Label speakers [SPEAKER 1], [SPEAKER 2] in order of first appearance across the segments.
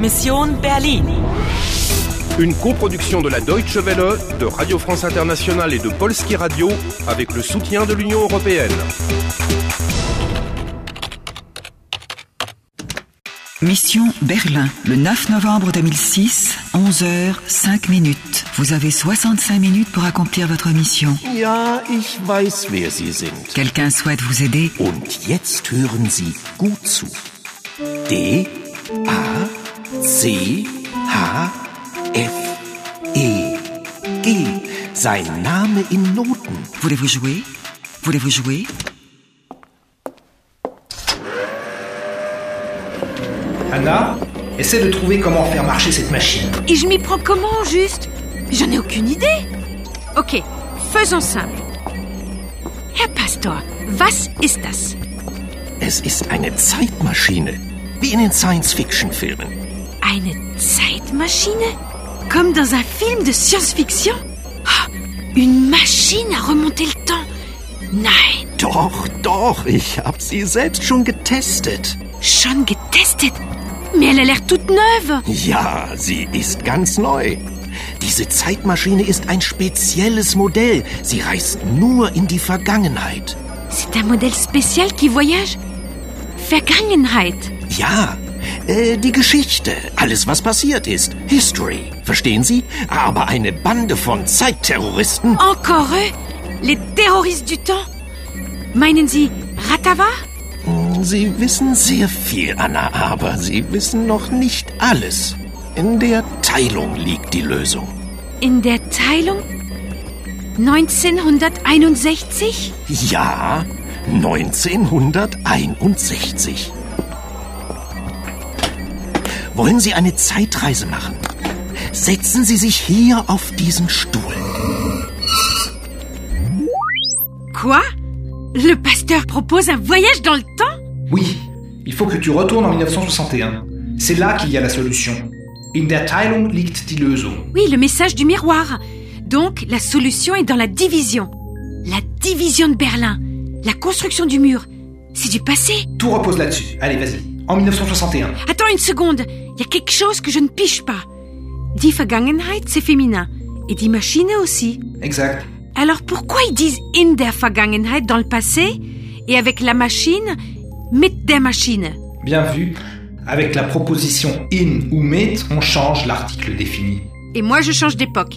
[SPEAKER 1] Mission Berlin.
[SPEAKER 2] Une coproduction de la Deutsche Welle, de Radio France Internationale et de Polski Radio avec le soutien de l'Union européenne.
[SPEAKER 3] Mission Berlin, le 9 novembre 2006, 11h05 minutes. Vous avez 65 minutes pour accomplir votre mission.
[SPEAKER 4] Ja, ich weiß, wer Sie sind.
[SPEAKER 3] Quelqu'un souhaite vous aider
[SPEAKER 4] Und jetzt hören Sie gut zu. D, A, C, H, F, E, G. Sein Name in Noten.
[SPEAKER 3] Voulez-vous jouer Voulez-vous jouer
[SPEAKER 5] Anna, essaie de trouver comment faire marcher cette machine.
[SPEAKER 6] Et je m'y prends comment, au juste J'en ai aucune idée. Ok, faisons simple. Herr Pastor, was ist das?
[SPEAKER 4] Es ist eine Zeitmaschine. Wie in den Science-Fiction-Filmen.
[SPEAKER 6] Eine Zeitmaschine Comme dans un film de science-fiction Ah, Une machine à remonter le temps Nein,
[SPEAKER 4] Doch, doch, ich hab sie selbst schon getestet.
[SPEAKER 6] schon getestet Mais elle a l'air toute neuve
[SPEAKER 4] Ja, sie ist ganz neu. Diese Zeitmaschine ist ein spezielles Modell. Sie reist nur in die Vergangenheit.
[SPEAKER 6] C'est un modèle spécial qui voyage Vergangenheit
[SPEAKER 4] Ja, äh, die Geschichte, alles was passiert ist, History, verstehen Sie? Aber eine Bande von Zeitterroristen,
[SPEAKER 6] Encore eux Les terroristes du temps Meinen Sie Ratava
[SPEAKER 4] Hm, Sie wissen sehr viel, Anna, aber Sie wissen noch nicht alles. In der Teilung liegt die Lösung.
[SPEAKER 6] In der Teilung 1961
[SPEAKER 4] Ja, 1961. Wollen Sie eine Zeitreise machen? Setzen Sie sich hier auf diesen Stuhl.
[SPEAKER 6] Quoi Le pasteur propose un voyage dans le temps
[SPEAKER 5] Oui, il faut que tu retournes en 1961. C'est là qu'il y a la solution. In der Teilung liegt die Lösung.
[SPEAKER 6] Oui, le message du miroir. Donc, la solution est dans la division. La division de Berlin. La construction du mur. C'est du passé.
[SPEAKER 5] Tout repose là-dessus. Allez, vas-y. En 1961.
[SPEAKER 6] Attends une seconde. Il y a quelque chose que je ne piche pas. Die Vergangenheit, c'est féminin. Et die Maschine aussi.
[SPEAKER 5] Exact.
[SPEAKER 6] Alors pourquoi ils disent in der Vergangenheit dans le passé et avec la machine, mit der Maschine
[SPEAKER 5] Bien vu. Avec la proposition in ou mit, on change l'article défini.
[SPEAKER 6] Et moi, je change d'époque.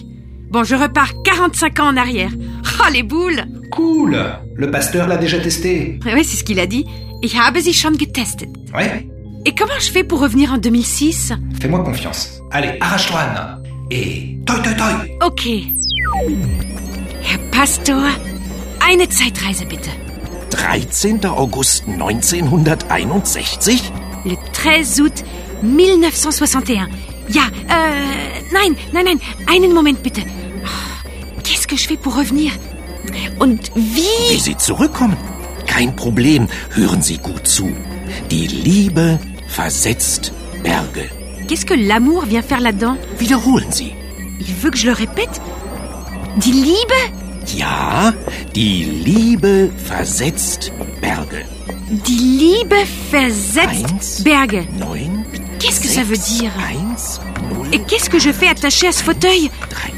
[SPEAKER 6] Bon, je repars 45 ans en arrière. Ah, les boules Eh
[SPEAKER 5] Cool Le pasteur l'a déjà testé.
[SPEAKER 6] Ouais, ouais, c'est ce qu'il a dit. Ich habe sie schon getestet.
[SPEAKER 5] Ouais
[SPEAKER 6] Et comment je fais pour revenir en 2006
[SPEAKER 5] Fais-moi confiance. Allez, arrache-toi, Anna. Et toi, toi, toi
[SPEAKER 6] Ok. Herr Pastor, eine Zeitreise bitte.
[SPEAKER 4] 13. August 1961?
[SPEAKER 6] Le 13 août 1961. Ja, euh... Nein, nein, nein, einen Moment bitte. Oh, Qu'est-ce que je fais pour revenir Und wie
[SPEAKER 4] Wie Sie zurückkommen? Kein Problem, hören Sie gut zu. Die Liebe versetzt Berge.
[SPEAKER 6] Qu'est-ce que l'amour vient faire là-dedans
[SPEAKER 4] Wiederholen Sie.
[SPEAKER 6] Il veut que je le répète Die Liebe
[SPEAKER 4] Ja, die Liebe versetzt Berge.
[SPEAKER 6] Die Liebe versetzt
[SPEAKER 4] Eins,
[SPEAKER 6] Berge.
[SPEAKER 4] neun,
[SPEAKER 6] Qu'est-ce que ça veut
[SPEAKER 4] sechs,
[SPEAKER 6] dire
[SPEAKER 4] Eins, null,
[SPEAKER 6] Et qu'est-ce que je fais attaché à ce fauteuil
[SPEAKER 4] drei.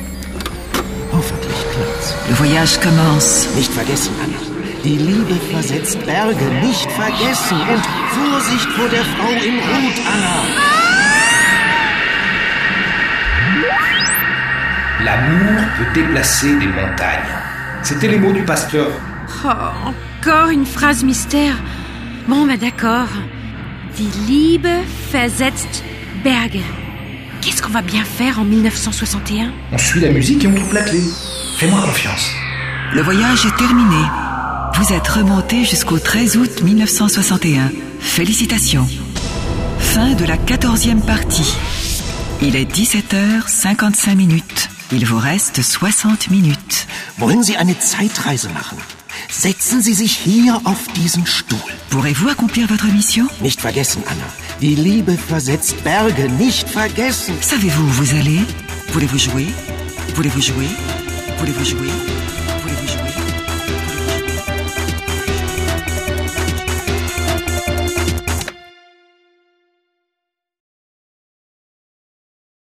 [SPEAKER 4] Hoffentlich klappt's.
[SPEAKER 3] Le voyage commence.
[SPEAKER 4] Nicht vergessen, Anna. Die Liebe versetzt Berge. Nicht vergessen. Und Vorsicht vor der Frau im Hut, Anna.
[SPEAKER 5] L'amour peut déplacer des montagnes. C'était les mots du pasteur.
[SPEAKER 6] Oh, encore une phrase mystère. Bon, bah d'accord. Die Liebe versetzt Berge. Qu'est-ce qu'on va bien faire en 1961
[SPEAKER 5] On suit la musique et on trouve la clé. Fais-moi confiance.
[SPEAKER 3] Le voyage est terminé. Vous êtes remonté jusqu'au 13 août 1961. Félicitations. Fin de la 14e partie. Il est 17h55 minutes. Il vous reste 60 minutes.
[SPEAKER 4] Wollen Sie eine Zeitreise machen? Setzen Sie sich hier auf diesen Stuhl.
[SPEAKER 3] Pourrez-vous accomplir votre mission
[SPEAKER 4] Nicht vergessen, Anna. Die Liebe versetzt Berge. Nicht vergessen.
[SPEAKER 3] Savez-vous où vous allez Voulez-vous jouer Voulez-vous jouer Voulez-vous jouer